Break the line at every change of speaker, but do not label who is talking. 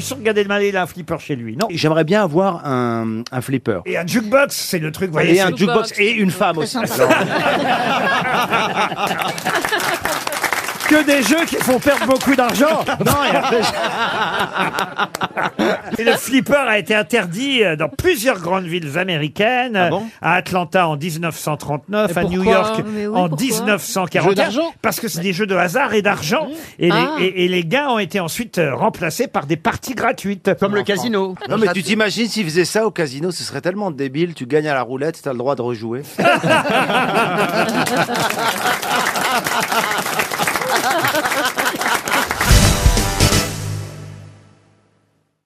sûr que Gad Elmaleh il a un flipper chez lui, non
J'aimerais bien avoir un, un flipper.
Et un jukebox, c'est le truc, vous voyez.
Et un
c'est-
jukebox et une femme aussi.
Que des jeux qui font perdre beaucoup d'argent. Non, et après, je- Et le flipper a été interdit euh, dans plusieurs grandes villes américaines. à Atlanta en 1939,
Et
à New
pourquoi
York
Mais oui,
en
pourquoi
1941.
Jeux d'argent
Parce que c'est des jeux Mmh. de hasard et d'argent. Et, les-
Ah.
et- et les gains ont été ensuite euh, remplacés par des parties gratuites. Comme le casino.
Non mais tu t'imagines s'ils faisaient ça au casino, ce serait tellement débile. Tu gagnes à la roulette, t'as le droit de rejouer.